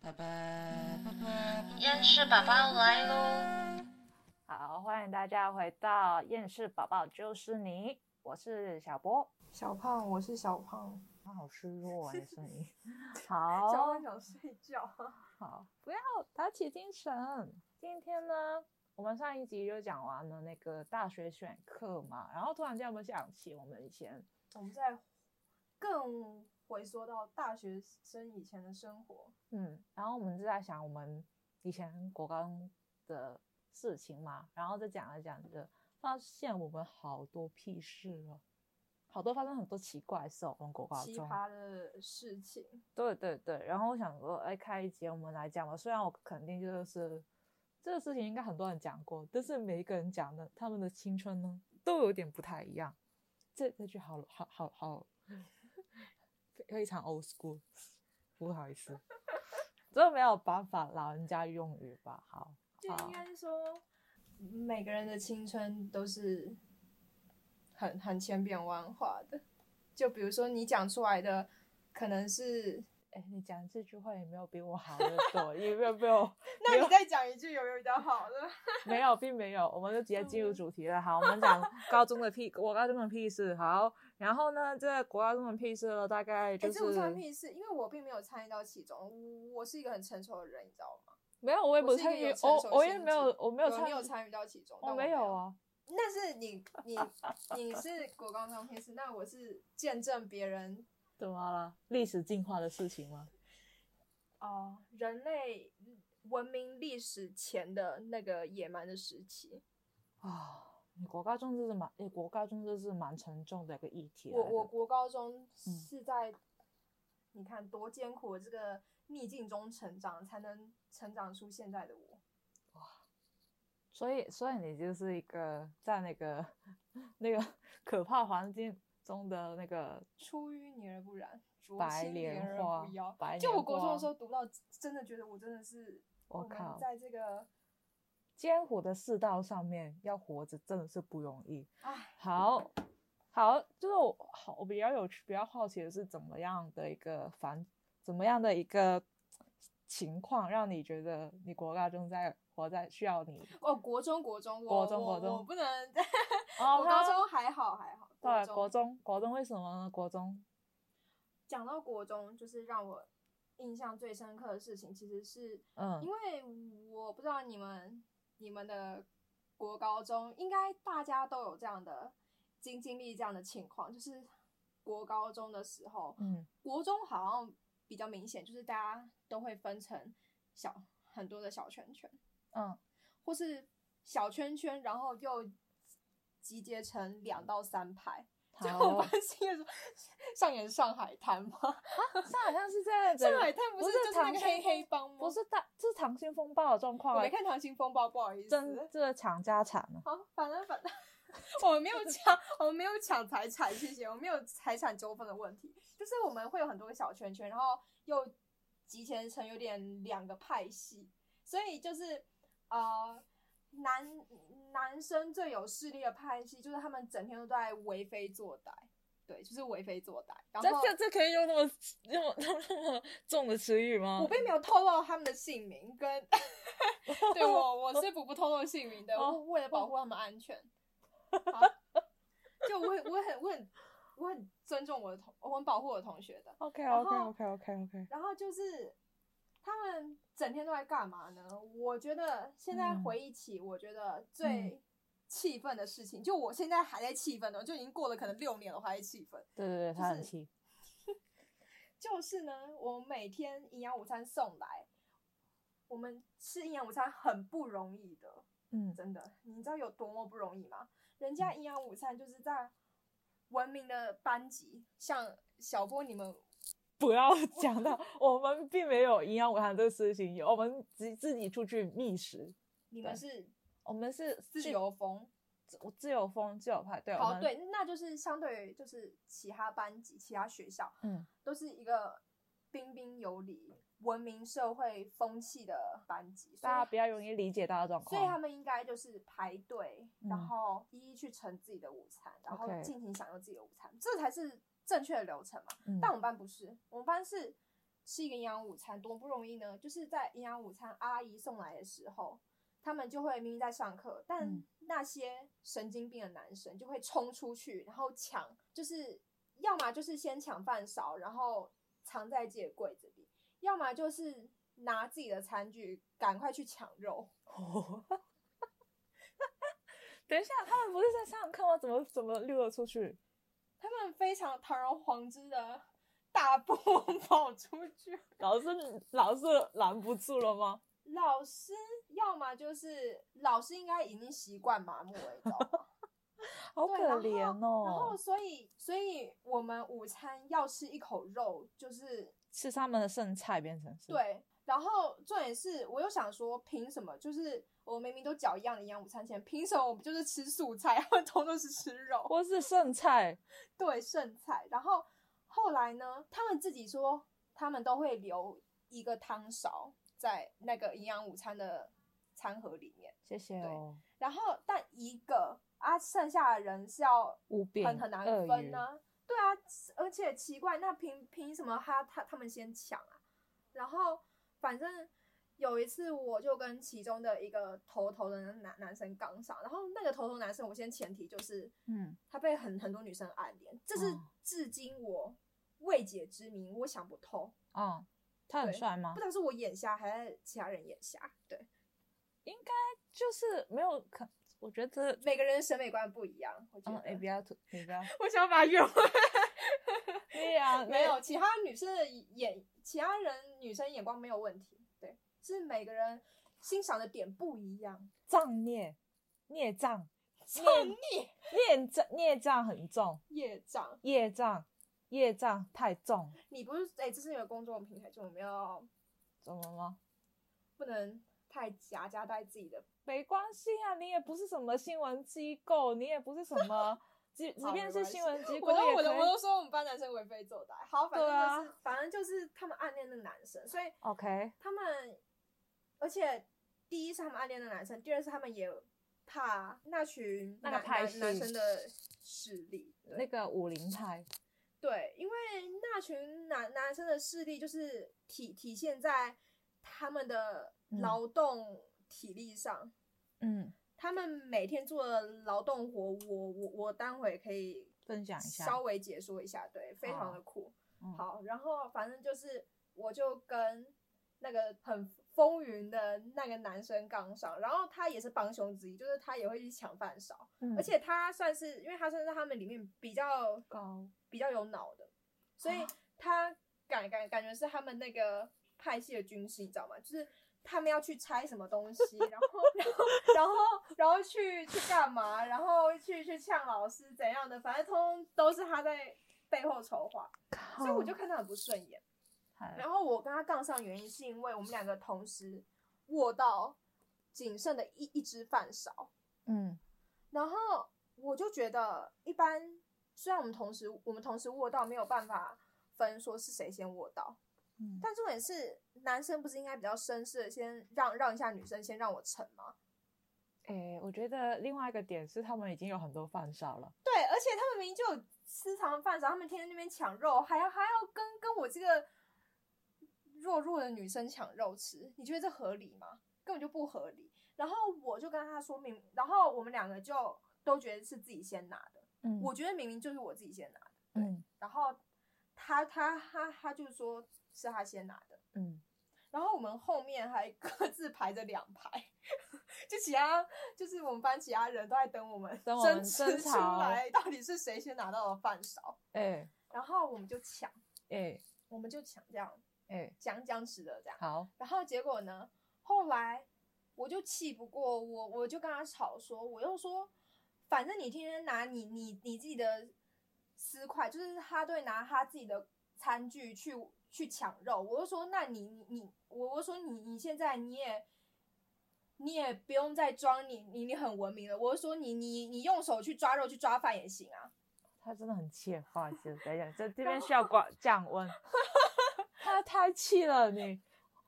拜拜，拜拜。厌世宝宝来喽！好，欢迎大家回到厌世宝宝就是你，我是小波。小胖，我是小胖。啊好失落啊，你是你。小好胖想睡觉。 好，不要打起精神。今天呢，我们上一集就讲完了那个大学选课嘛，然后突然间我们想起我们以前我们再更回缩到大学生以前的生活。嗯，然后我们就在想我们以前国高中的事情嘛，然后再讲着讲着，发现我们好多屁事了，好多发生很多奇怪的事哦。我们国高奇中，葩的事情，对对对。然后我想说，哎，开一集我们来讲吧。虽然我肯定就是这个事情应该很多人讲过，但是每一个人讲的他们的青春呢，都有点不太一样。这这句好好好好，非常 old school，不好意思。这没有办法，老人家用语吧。好，就好应该是说，每个人的青春都是很很千变万化的。就比如说你讲出来的，可能 是，哎，你讲这句话也没有比我好的多，也没有比我那你再讲一句有没有比较好的？没有，并没有，我们就直接进嗯入主题了。好，我们 讲高中的屁，国高中的屁事。好，然后呢，这个国高中的屁事了，大概 哎、就是、这不算屁事，因为我并没有参与到其中，我是一个很成熟的人，你知道吗？没有，我也我不是一个参与有，成我熟我也心没有智，我没有有参你有与，参与到其中，我但没有啊。但是你你你是国高中平时，那我是见证别人怎么了？历史进化的事情吗？哦、人类文明历史前的那个野蛮的时期。啊，你国高中这是蛮，你国高中这是蛮沉重的一个议题来我的。我国高中嗯是在、你看多艰苦的这个逆境中成长，才能成长出现在的我。所以，所以你就是一个在那个 那个可怕环境中的那个出淤泥而不染，濯白清涟莲而花不妖。白就莲我国中花的时候读到，真的觉得我真的是我们靠在这个艰苦的世道上面要活着真的是不容易。唉，好，好，就是我好，我比较有趣比较好奇的是怎么样的一个反，怎么样的一个情况让你觉得你国高中在活在需要你？哦，国中国中，我国中我国中我不能， 哦我高中还好还好，对国国中中国中为什么呢？国中讲到国中，就是让我印象最深刻的事情，其实是嗯因为我不知道你们你们的国高中，应该大家都有这样的经经历这样的情况，就是国高中的时候，嗯国中好像比较明显，就是大家都会分成小很多的小圈圈，嗯或是小圈圈，然后又集结成两到三派。就我好班，新的时候，上演上海滩吗？上海滩是这 样子，上海滩不不是就是那溏个心黑黑风帮吗？不是大，这是溏心风暴的状况我啊，没看《溏心风暴》，不好意真思。这个抢家产啊呢。好，反正反正 我们没有抢，我们没有抢财产，谢谢，我们没有财产纠纷的问题，就是我们会有很多个小圈圈，然后又集结成有点两个派系，所以就是呃。男男生最有势力的派系，就是他们整天都在为非作歹，对，就是为非作歹。然后这可以用那么那么那么重的词语吗我并没有透露他们的姓 名跟，对我我是不不透露姓名的，哦我为了保护他们 安全。好就我很我很我很我很尊重我的同，我很保护我的同学的。 OK 然 OK 后 OK OK OK，然后就是他们整天都在干嘛呢？我觉得现在嗯回忆起，我觉得最气愤的事情，就我现在还在气愤哦的，就已经过了可能六年了，我还在气愤。对对对，就他很是气，就是呢，我每天营养午餐送来，我们吃营养午餐很不容易的，嗯，真的，你知道有多么不容易吗？人家营养午餐就是在文明的班级，像小波你们，不要讲到我们并没有营养午餐这个事情，我们自自己出去觅食，你们对是我们是自去由风，自自由风自由派，对，我好，们哦对，那就是相对于就是其他班级、其他学校嗯都是一个彬彬有礼、文明社会风气的班级，所以大家比较容易理解大家的状所以他况。们应该就是排队，然哦嗯后一一去盛自己的午餐，然后 OK 尽情享用自己的午餐，这才是正确的流程嘛。嗯但我们班不是，我们班是吃一个营养午餐多不容易呢？就是在营养午餐阿姨送来的时候，他们就会明明在上课，但嗯那些神经病的男生就会冲出去，然后抢，就是要么就是先抢饭勺，然后藏在自己的柜子里，要么就是拿自己的餐具赶快去抢肉。哦，等一下，他们不是在上课吗？怎么怎么溜了出去？他们非常堂而皇之的 大步跑出去。老师老师拦不住了吗？老师要么就是老师应该已经习惯麻木 了，你知道吗？好对可怜然后哦！所以所以我们午餐要吃一口肉，就是是他们的剩菜变成是，对。然后重点是，我又想说，凭什么？就是我明明都缴一样的营养午餐钱，凭什么我们就是吃素菜， 他们通通是吃肉？或是剩菜，对剩菜。然后后来呢，他们自己说他们都会留一个汤勺在那个营养午餐的餐盒里面，谢谢哦。然后但一个啊，剩下的人是要无饼很很难鳄分鱼呢、对啊，而且奇怪，那凭凭什么他他他们先抢啊？然后反正有一次，我就跟其中的一个头头的男男生杠上，然后那个头头男生，我先前提就是，嗯，他被很很多女生暗恋，这是哦至今我未解之谜，我想不透，哦，他很对帅吗不知？道是我眼瞎还是其他人眼瞎。对，应该就是没有可，我觉得，每个人的审美观不一样，我觉嗯，得。你不要吐，你不要， 我想把它圆回对呀，来。没 有，其他女生的眼，其他人女生眼光没有问题，对，是每个人欣赏的点不一样。障孽，孽 障，造孽孽障，孽障很重，业障，业障，业障太重，你不是哎、这是你的公众平台，就我们要怎么了吗？不能太夹夹带自己的没关系啊，你也不是什么新闻机构，你也不是什 么，即即好便没是关新系闻机构我都也我都我可以都说我们班男生为非作歹，好，反正对啊哦就是、反正就是他们暗恋的男生，所以 OK，他们，而且第一是他们暗恋的男生，第二是他们也怕那群那男个派男男系生的势力，那个武林派，对，因为那群男男生的势力就是体体现在他们的嗯劳动体力上，嗯，他们每天做的劳动活，我我我待会可以分享一下稍微解说一下，对，非常的酷。嗯好，然后反正就是我就跟那个很风云的那个男生杠上，然后他也是帮凶之一，就是他也会去抢饭勺，嗯而且他算是因为他算是他们里面比较高哦比较有脑的，所以他感感感觉是他们那个派系的军师，你知道吗？就是他们要去拆什么东西，然后然后然后然后去去干嘛，然后去去呛老师怎样的，反正通通都是他在背后筹划，靠，所以我就看他很不顺眼。嗨然后我跟他杠上原因是因为我们两个同时握到仅剩的一一只饭勺，嗯然后我就觉得，一般虽然我们同时我们同时握到没有办法分说是谁先握到，嗯，但重点是男生不是应该比较绅士的先让让一下女生，先让我盛吗？诶、我觉得另外一个点是他们已经有很多饭勺了，对，而且他们明明就有私藏饭勺，他们天天那边抢肉，还要还要跟跟我这个弱弱的女生抢肉吃，你觉得这合理吗？根本就不合理。然后我就跟他说明，然后我们两个就都觉得是自己先拿的，嗯我觉得明明就是我自己先拿的。嗯然后他他他他就说是他先拿的，嗯，然后我们后面还 各自排着两排，就其他就是我们班其他人都在等我们等我们争争执出吵来到底是谁先拿到了饭勺，诶然后我们就抢，诶我们就抢这样诶，讲讲吃的这样，好，然后结果呢，后来我就气不过我，我就跟他吵说，我又说，反正你天天拿你你你自己的丝块，就是他对拿他自己的餐具去去抢肉，我就说，那你你你，我我说你你现在你也。你也不用再装你你你很文明了，我就说你你你用手去抓肉去抓饭也行啊， 他真的很气，不好意思，等一下，这这边需要挂降 温，他太气了你，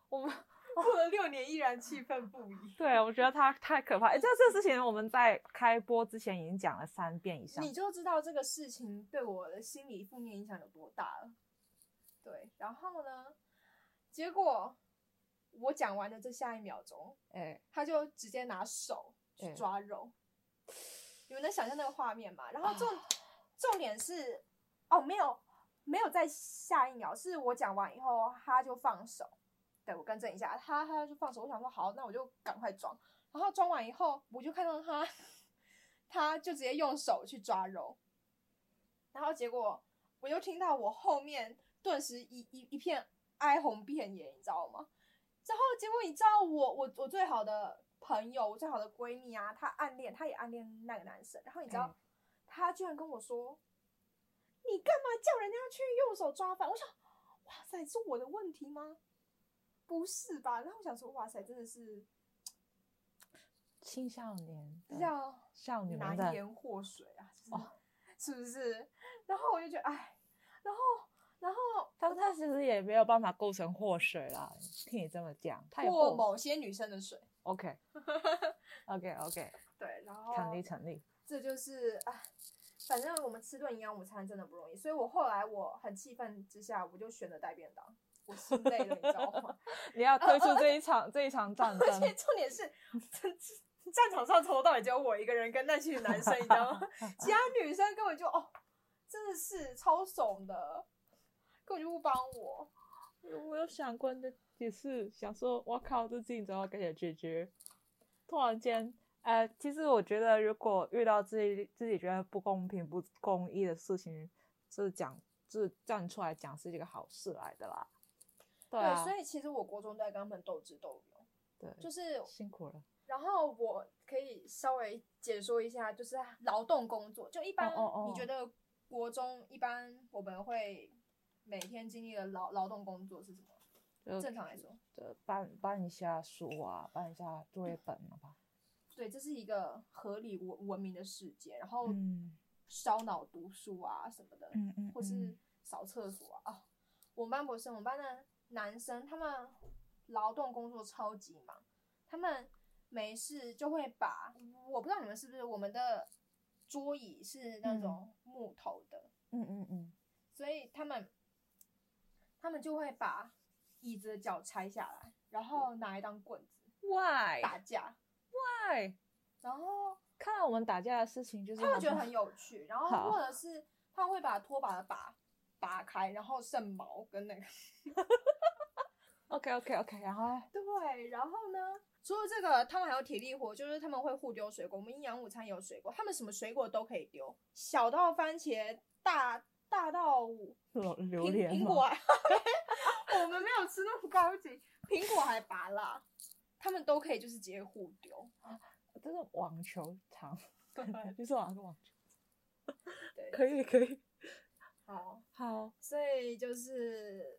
我们。过了六年依然气愤不已。对，我觉得他太可怕。哎，这这个事情我们在开播之前已经讲了三遍以上你。就知道这个事情对我的心理负面影响有多大了。对，然后呢，结果我讲完的这下一秒钟，哎，他就直接拿手去嗯抓肉，你们能想象那个画面吗？然后重、重点是，哦，没有没有在下一秒，是我讲完以后他就放手。对，我更正一下，他他就放手。我想说好，那我就赶快装。然后装完以后，我就看到他， 他就直接用手去抓肉，然后结果我又听到我后面顿时一一一片哀鸿遍野，你知道吗？然后结果你知道我我我最好的朋友，我最好的闺蜜啊，她暗恋，她也暗恋那个男生。然后你知道嗯，她居然跟我说：“你干嘛叫人家去用手抓饭？”我想，哇塞，是我的问题吗？不是吧？然后我想说，哇塞，真的是青少年的要少女们难的，言祸水啊，就是、哦是不是？然后我就觉得，哎，然后然后他他其实也没有办法构成祸水啦。听你这么讲，他也过祸某些女生的水， OK OK OK，对，然后成立成立。这就是哎，反正我们吃顿营养午餐真的不容易，所以我后来我很气愤之下，我就选择带便当，我心累了，你知道吗？ 你要退出这一场 这一场战 而争且重点是，战场上从头到尾只有我一个人跟那群男生，你知 道吗？其他女生根本就哦，真的是超怂的，根本就不帮我。 我有想过那也是想说，我靠，这自己怎么给解解决？突然间，呃，其实我觉得，如果遇到自己自己觉得不公平、不公义的事情，是讲是站出来讲是一个好事来的啦。对啊，所以其实我国中都在跟他们斗智斗勇，对，就是辛苦了。然后我可以稍微解说一下，就是劳动工作。就一般哦哦哦你觉得国中一般我们会每天经历的劳劳动工作是什么？就正常来说，就搬搬一下书啊，搬一下作业本了吧。对，这是一个合理文文明的世界。然后嗯烧脑读书啊什么的，嗯嗯，或是扫厕所啊。啊，我们班不是，我们班的男生他们劳动工作超级忙，他们没事就会把，我不知道你们是不是，我们的桌椅是那种木头的，嗯嗯嗯所以他们他们就会把椅子的脚拆下来，然后拿来当棍子，Why 打架， Why？然后看来我们打架的事情就是他们觉得像很有趣，然后好或者是他会把拖把的把拔开，然后剩毛跟那个。 OK OK OK，然后呢对，然后呢？除了这个，他们还有体力活，就是他们会互丢水果。我们营养午餐有水果，他们什么水果都可以丢，小到番茄，大大到苹榴榴莲苹吗果还。 我们没有吃那么高级，苹果还拔啦，他们都可以就是直接互丢。这是网球场，对 就是玩个网球，对，可以可以。好，好，所以就是，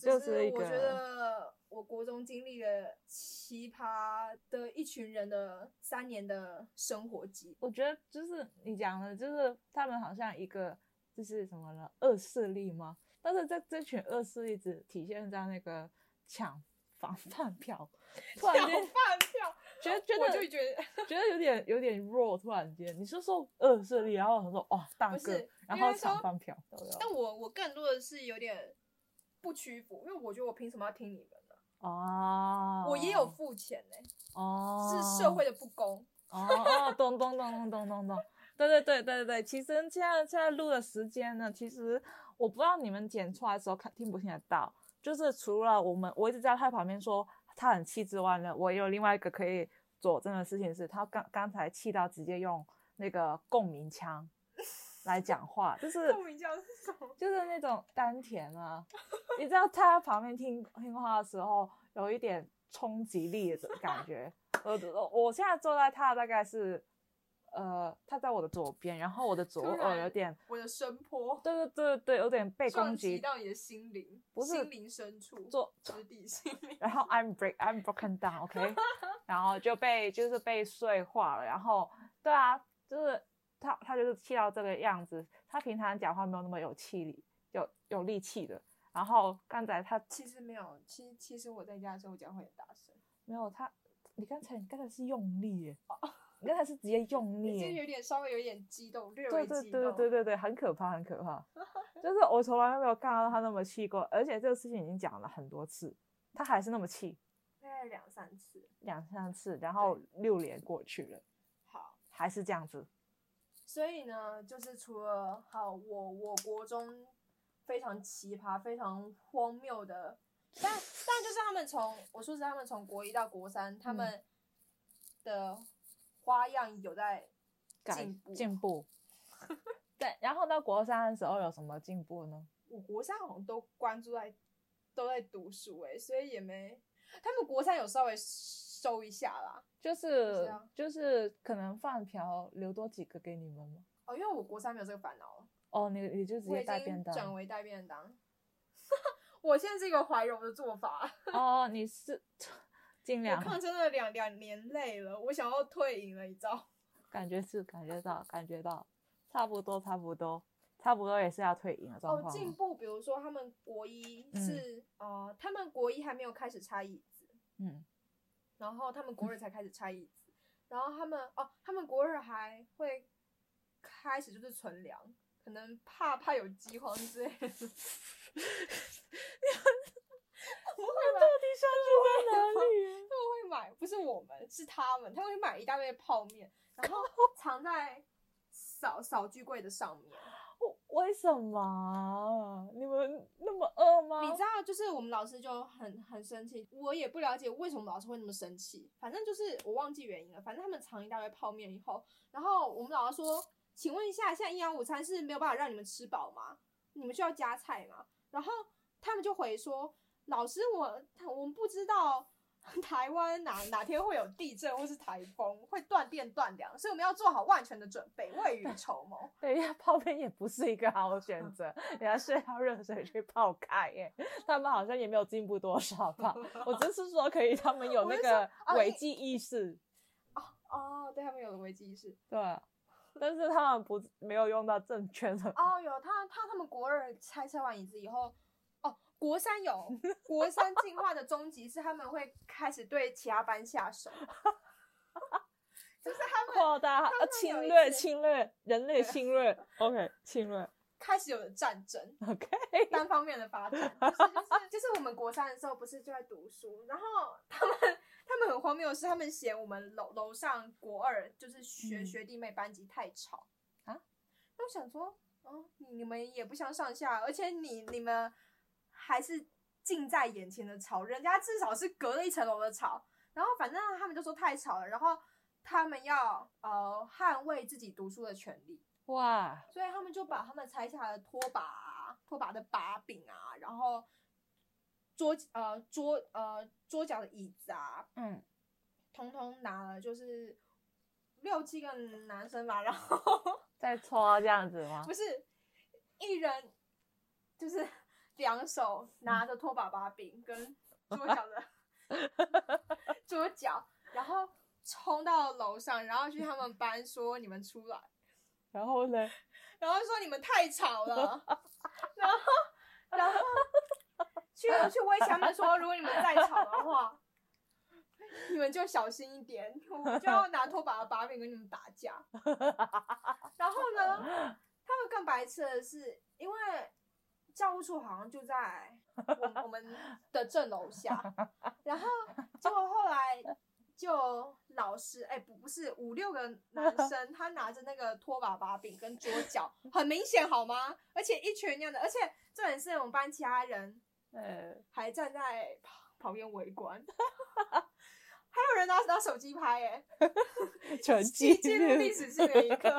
就就是是一我觉个得我国中经历了奇葩的一群人的三年的生活记我觉得就是你讲的，就是他们好像一个就是什么了恶势力吗？但是这这群恶势力只体现在那个抢房饭票，突然抢间饭票，觉得觉我就得觉得觉得有点有点弱，突然间你是说恶势力，然后我说哇大不哥是，然因为后抢说饭票都有但我我更多的是有点不屈服，因为我觉得我凭什么要听你们呢？哦，我也有付钱呢、哦，是社会的不公。哦哦，懂懂懂懂懂懂懂， 对对对对对对。其实现在现在录的时间呢，其实我不知道你们剪出来的时候看听不听得到，就是除了我们我一直在他旁边说他很气之外呢，我也有另外一个可以佐证的事情是，他刚刚才气到直接用那个共鸣腔来讲话，就是莫名其妙是什么？就是那种丹田啊，你知道他在旁边听听话的时候，有一点冲击力的感觉。我我我现在坐在他的大概是，呃，他在我的左边，然后我的左突然耳有点，我的声波对对对对，有点被攻撞击击，到你的心灵，不是心灵深处，坐直抵心灵。 然后 I'm break I'm broken down，OK，、然后就被就是被碎化了。然后对啊，就是他他就是气到这个样子。他平常讲话没有那么有气力，有有力气的。然后刚才他其实没有，其其实我在家的时候我讲话很大声，没有他，你刚才你刚才是用力耶，哦 你刚才是直接用力已经耶。有点稍微有点激动，略对微对激对对动。 对对，很可怕，很可怕。就是我从来没有看到他那么气过，而且这个事情已经讲了很多次，他还是那么气，大概两三次。两三次，然后六年过去了，好，还是这样子。所以呢，就是除了好，我我国中非常奇葩、非常荒谬的，但但就是他们从我说是他们从国一到国三，嗯他们的花样有在改进步。进 步。 对，然后到国三的时候有什么进步呢？我国三好像都关注在都在读书诶、所以也没他们国三有稍微收一下啦。就是、啊就是可能饭瓢留多几个给你们吗？哦，因为我国三没有这个烦恼了，哦，你你就直我接已带便经当。转为带便当。 我现在是一个怀柔的做法。哦，你是 尽我量抗争了两两年累了，我想要退隐了，你知道？感觉是感觉到感觉到，差不多差不多差不多也是要退隐的状哦，况进了。步，比如说他们国一嗯是哦、呃他们国一还没有开始拆椅子，嗯，然后他们国二才开始拆椅子，然后他们哦，他们国二还会开始就是存粮，可能怕怕有饥荒之类的。 不会吧？底上去在哪里？他们会买，不是我们，是他们，他们会买一大堆泡面，然 后藏在扫扫具柜的上面。我为什么你们那么饿吗？你知道，就是我们老师就很很生气，我也不了解为什么老师会那么生气，反正就是我忘记原因了。反正他们藏一大堆泡面以后，然后我们老师说：“请问一下，现在营养午餐是没有办法让你们吃饱吗？你们需要加菜吗？”然后他们就回说：“老师，我我们不知道。”台湾哪哪天会有地震或是台风，会断电断粮，所以我们要做好万全的准备，未雨绸缪。等一下，泡面也不是一个好选 择，你还是要热水去泡开耶。他们好像也没有进步多少吧？我只是说可以，他们有我那就个说哦危你机意识， 哦，对他们有了危机意识。对。但是他们不没有用到正确的，哦，有他他他们国二拆拆完椅子以后，哦，国三有国三进化的终极是他们会开始对其他班下手，就是他们扩大他们有呃一侵略、次侵略人类侵略，OK，侵 略开始有了战争， ，OK，单方面的发展，就是就是就是我们国三的时候不是就在读书，然后他们他们很荒谬的是，他们嫌我们楼楼上国二就是学嗯学弟妹班级太吵啊，那我想说，哦，你们也不相上下，而且你你们还是近在眼前的吵，人家至少是隔了一层楼的吵，然后反正他们就说太吵了，然后他们要呃捍卫自己读书的权利。哇，所以他们就把他们拆下的拖把、啊、拖把的把柄啊，然后桌呃桌呃桌角的椅子啊，嗯，通通拿了，就是六七个男生吧，然后在搓这样子吗不？是一人就是两手拿着拖把把柄跟桌角的桌角，然后冲到楼上，然后去他们班说你们出来。 然后呢？然后说你们太吵了，然后然后去去威胁他们说，如果你们再吵的话，你们就小心一点，我就要拿拖把的把柄跟你们打架。然后呢，他们更白痴的是，因为教务处好像就在我们我们的正楼下，然后结果后来就老师，哎、不不是五六个男生，他拿着那个拖把把柄跟桌角，很明显好吗？而且一群那样的，而且重点是我们班其他人呃，还站在旁旁边围观， 还有人拿拿手机拍、哎，成记绩记录历史性的一刻，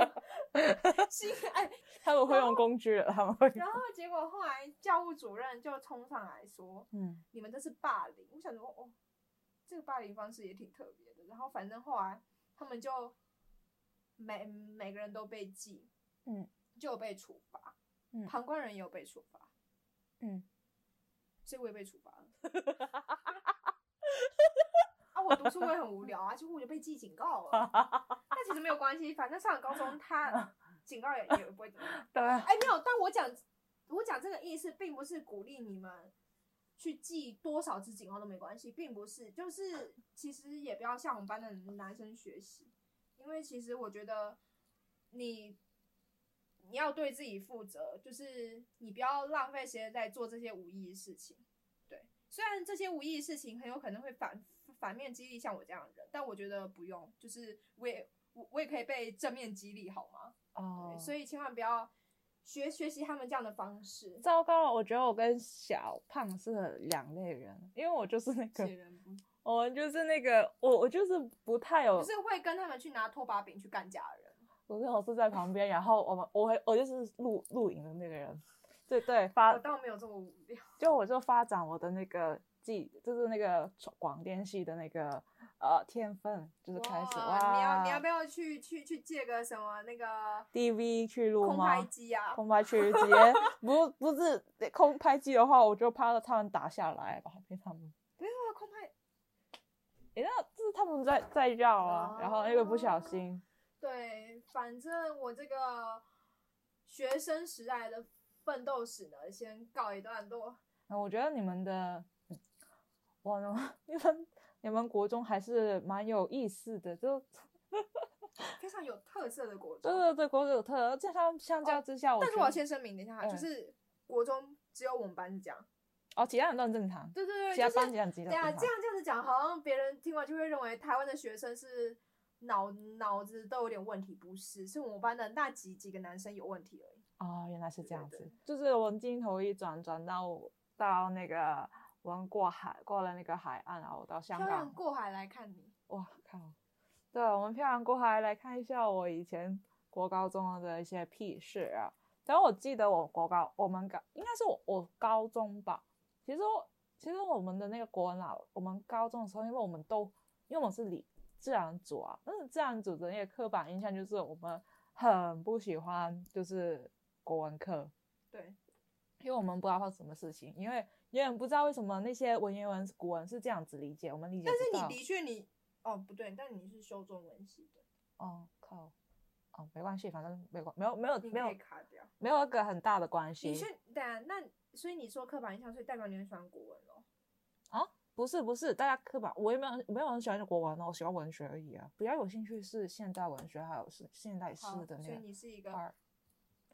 新哎，他们会用工具了，他们会，然后结果后来教务主任就冲上来说， 嗯，你们这是霸凌。我想说，哦，这个霸凌方式也挺特别的。然后反正后来他们就每每个人都被记，嗯，就有被处罚，嗯旁观人也有被处罚， 嗯，所以我也被处罚了。啊，我读书我也很无聊啊，结果我就被记警告 了。但其实没有关系，反正上了高中他警告也也不会怎么样。对啊，哎，没有，但我讲我讲这个意思，并不是鼓励你们去记多少支警号都没关系，并不是，就是其实也不要向我们班的男生学习，因为其实我觉得你你要对自己负责，就是你不要浪费时间在做这些无意义的事情。对，虽然这些无意义的事情很有可能会反反面激励像我这样的人，但我觉得不用，就是我也我我也可以被正面激励，好吗？哦对，所以千万不要学学习他们这样的方式。糟糕了，我觉得我跟小胖是两类人，因为我就是那个解，人不我就是那个，我我就是不太有就，是会跟他们去拿拖把柄去干架的人。我跟我是在旁边，然后我们我会我就是录录影的那个人，对对，发我倒没有这么无聊。就我就发展我的那个技，就是那个广电系的那个呃天分，就是开始哇，你要你要不要去去去借个什么那个 DV 去录空拍吗？机啊？空拍区直接不不是空拍机的话，我就怕他们打下来吧，被他们，没有啊，空拍诶，那就是他们在在绕啊，然后那个不小哦心。对，反正我这个学生时代的奋斗史呢，先告一段落。嗯，我觉得你们的，嗯哇，你们 你们国中还是蛮有意思的，就非常有特色的国对中，对对，国有特，这相相较之呃下我哦但觉是得，我要先声明一下，就嗯是国中只有我们班是这样。哦，其他人都很正常，对对对，其他就是班级很正对啊，常，这样这样子讲，好像别人听完就会认为台湾的学生是脑脑子都有点问题，不是？是我们班的那几几个男生有问题而已。哦，原来是这对样对子，就是我们镜头一转转到到那个我们过海过了那个海岸，然后到香漂洋港，过海来看你，哇靠！对，我们漂洋过海来看一下我以前国高中的一些屁事啊。然后我记得我国高，我们高应该是我我高中吧。其实我其实我们的那个国文老，我们高中的时候，因为我们都因为我们是理自然组啊，但是自然组的那个刻板印象就是我们很不喜欢就是国文课，对，因为我们不知道发生什么事情，因为永远不知道为什么那些文言文、古文是这样子理解，我们理解但不是到。你的确你哦不对，但你是修中文系的，哦靠，哦没关系，反正没关没有没有你没可有以卡掉。没有一个很大的关系的。确，对啊，那所以你说刻板印象，所以代表你很喜欢国文咯。不是不是，大家刻板，我也没有没有很喜欢国文哦，我喜欢文学而已啊。比较有兴趣是现代文学，还有是现代诗好，的所以那你是一个个二。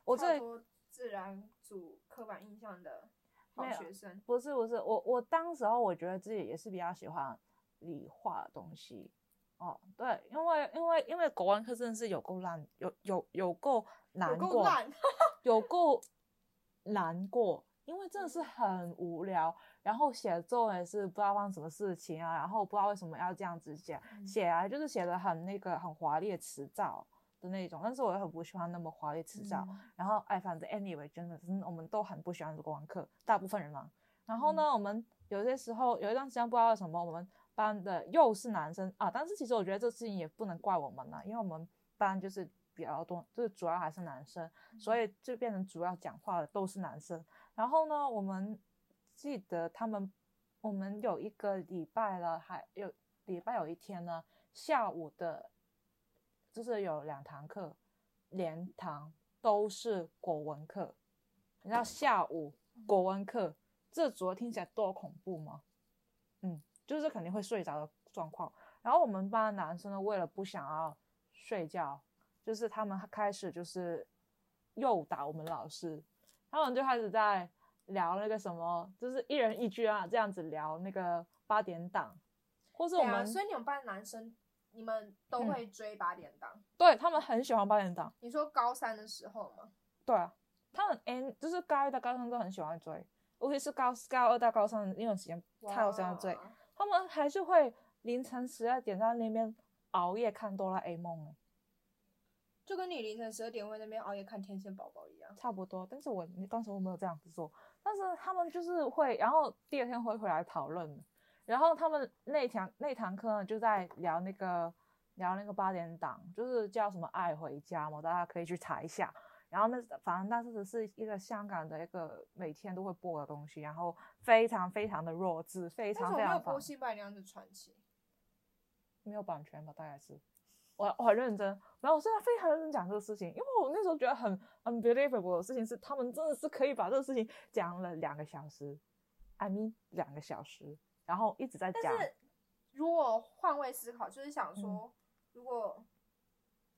我跳这脱自然组刻板印象的好没有学生。不是不是，我我当时候我觉得自己也是比较喜欢理化的东西哦，对，因为因为因为国文课真的是有够烂，有有有够难够过，烂有够难过，因为真的是嗯很无聊，然后写作文也是不知道放什么事情啊，然后不知道为什么要这样子写，嗯写啊就是写的很那个很华丽的词藻的那种，但是我又很不喜欢那么华丽的词嗯藻，然后哎，反正 anyway，真的是我们都很不喜欢国文课，大部分人啦。然后呢，我们有些时候有一段时间不知道为什么，我们班的又是男生啊，但是其实我觉得这事情也不能怪我们啦，因为我们班就是比较多，就是主要还是男生，所以就变成主要讲话的都是男生。然后呢，我们记得他们，我们有一个礼拜了，还有礼拜有一天呢，下午的，就是有两堂课，连堂都是国文课。你知道下午嗯国文课这组合听起来多恐怖吗？嗯，就是肯定会睡着的状况。然后我们班的男生呢，为了不想要睡觉，就是他们开始就是诱导我们老师，他们就开始在聊那个什么，就是一人一句啊，这样子聊那个八点档，或是对我啊，们所以你们班的男生，你们都嗯会追八点档。对他们很喜欢八点档，你说高三的时候吗？对啊，他们 N 就是高一到高三都很喜欢追，尤其是高高二到高三那段时间太有这样追，哇他们还是会凌晨十二点在那边熬夜看哆啦 A 梦欸就跟你凌晨十二点会那边熬夜看《天线宝宝》一样。差不多，但是我你当时我没有这样子做，但是他们就是会，然后第二天会回来讨论的，然后他们那一堂那堂课呢就在聊那个聊那个八点档，就是叫什么爱回家嘛，大家可以去查一下。然后那反正那是是一个香港的一个每天都会播的东西，然后非常非常的弱智，非为什常么非没有常反播《新白娘子传奇》？没有版权吧，大概是。我我很认真，然后我现在非常认真讲这个事情，因为我那时候觉得很 unbelievable 的事情是，他们真的是可以把这个事情讲了两个小时，I mean 两个小时，然后一直在讲嗯但，是如果换位思考，就是想说，如果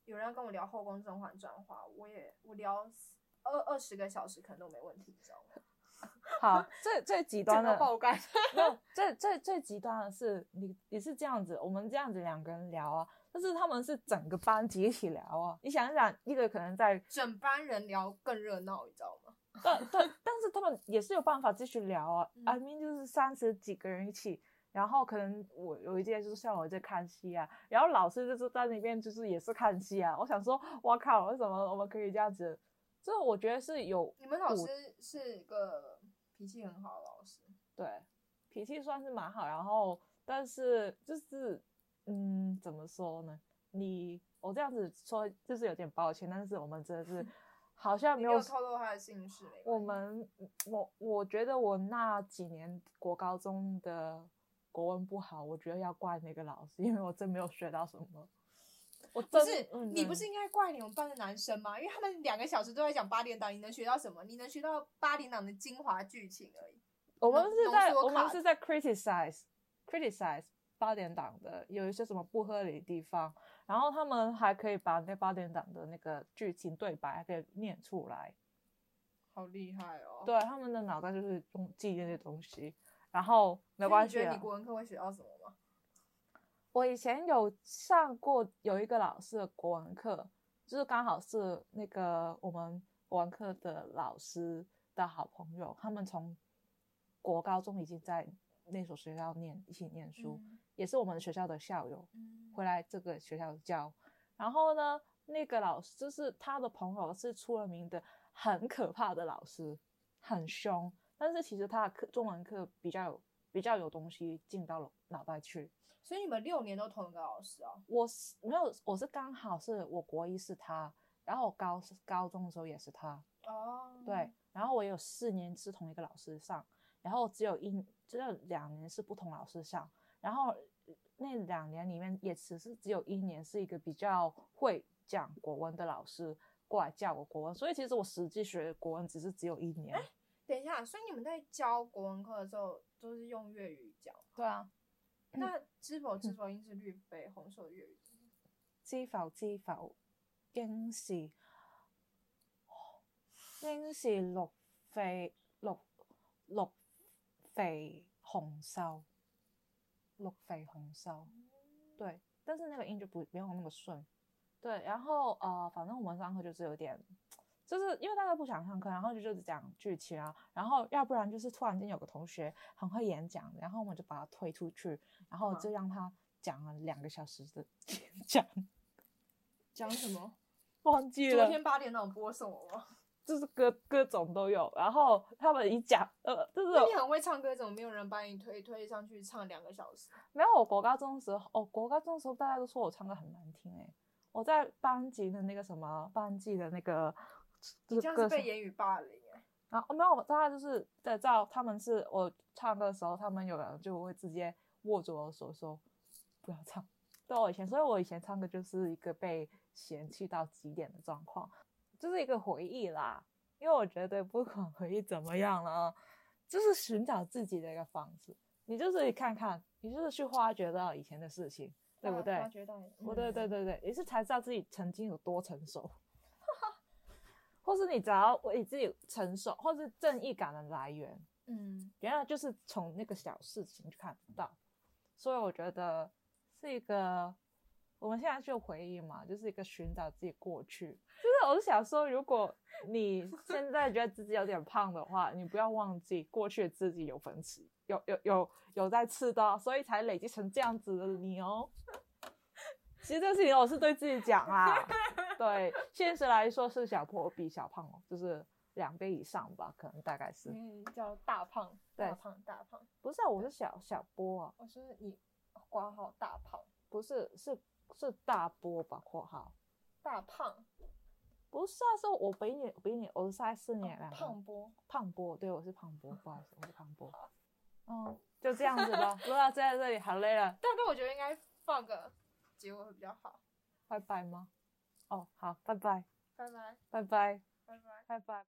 有人要跟我聊《后宫甄嬛传》的话，我也我聊二二十个小时可能都没问题，你知道吗？ 好，最最极端整的个，爆肝。没有最最最极端的是你你是这样子，我们这样子两个人聊啊，但是他们是整个班集体聊啊。你想一想，一个可能在，整班人聊更热闹，你知道吗？但但但是他们也是有办法继续聊啊。嗯 I mean 就是三十几个人一起。然后可能我有一届就是像我在看戏啊，然后老师就是在那边就是也是看戏啊。我想说，哇靠，为什么我们可以这样子？这我觉得是有你们老师是个脾气很好的老师，对，脾气算是蛮好，然后但是就是，嗯，怎么说呢？你我这样子说就是有点抱歉，但是我们真的是好像你没没有有透露他的姓氏。没关系我们我我觉得我那几年国高中的国文不好，我觉得要怪那个老师，因为我真没有学到什么。我不真是嗯你不嗯是应该怪你们班的男生吗？因为他们两个小时都在讲八点档，你能学到什么？你能学到八点档的精华剧情而已。我们浓是浓在缩我们卡是在 criticize criticize 八点档的有一些什么不合理的地方，然后他们还可以把那八点档的那个剧情对白还可以念出来，好厉害哦！对，他们的脑袋就是用记那些东西，然后所以没关你系觉得啊你。国文课会学到什么吗？我以前有上过有一个老师的国文课，就是刚好是那个我们国文课的老师的好朋友，他们从国高中已经在那所学校念一起念书。也是我们学校的校友，嗯回来这个学校教。然后呢，那个老师就是他的朋友是出了名的很可怕的老师，很凶，但是其实他的课中文课比较有比较有东西进到了脑袋去。所以你们六年都同一个老师哦。我是没有，我是刚好是我国一是他，然后我高高中的时候也是他，哦，对，，然后我有四年是同一个老师上，然后只有一只有两年是不同老师上，然后呃那两年里面也只是只有一年是一个比较会讲国文的老师过来教我国文，所以其实我实际学国文只是只有一年。等一下，所以你们在教国文课的时候都是用粤语讲吗？对啊，那知否知否，应是绿肥红瘦的粤语。知否知否，應是應是綠肥綠綠肥紅瘦，綠肥紅瘦。对，但是那个音就不没有那么顺。对，然后呃，反正我们上课就是有点，就是因为大家不想上课，然后就就是讲剧情啊，然后要不然就是突然间有个同学很会演讲，然后我们就把他推出去，然后干嘛就让他讲了两个小时的 演讲，讲什么？ 忘记昨了，天八点档有播什么吗？就是各各种都有。然后他们一讲，呃，就是那你很会唱歌，怎么没有人把你推推上去唱两个小时？没有，我国高中的时候，哦，国高中的时候大家都说我唱歌很难听诶、我在班级的那个什么班级的那个，就你是这样歌是被手言语霸凌哎、然后哦没有，大家就是在照他们是我唱歌的时候，他们有人就会直接握着我的手说不要唱。对我以前，所以我以前唱歌就是一个被嫌弃到极点的状况，就是一个回忆啦。因为我觉得不管回忆怎么样了，就是寻找自己的一个方式。你就是看看，你就是去发掘到以前的事情，对不发对？发觉到你，我对对嗯，对对，也是才知道自己曾经有多成熟， 或是你只要为自己成熟，或是正义感的来源，嗯，原来就是从那个小事情去看得到，所以我觉得是一个我们现在就回忆嘛，就是一个寻找自己过去。就是我是想说，如果你现在觉得自己有点胖的话，你不要忘记过去的自己有粉刺，有有有有在刺刀，所以才累积成这样子的你哦。其实这个事情我是对自己讲啊，对，现实来说是小破比小胖哦，就是两倍以上吧，可能大概是。你叫大胖，对大胖大胖，不是、啊，我是小小波啊，我说你挂号大胖不是是是大波吧？括号大胖不是啊，是我比你比你我是在四年两、胖波，胖波，对我是胖波，不好意思，我是胖波。嗯，就这样子吧，录到在这里好累了，但但我觉得应该放个结尾会比较好，拜拜吗？哦，好，拜拜，拜拜拜拜，拜拜。拜拜。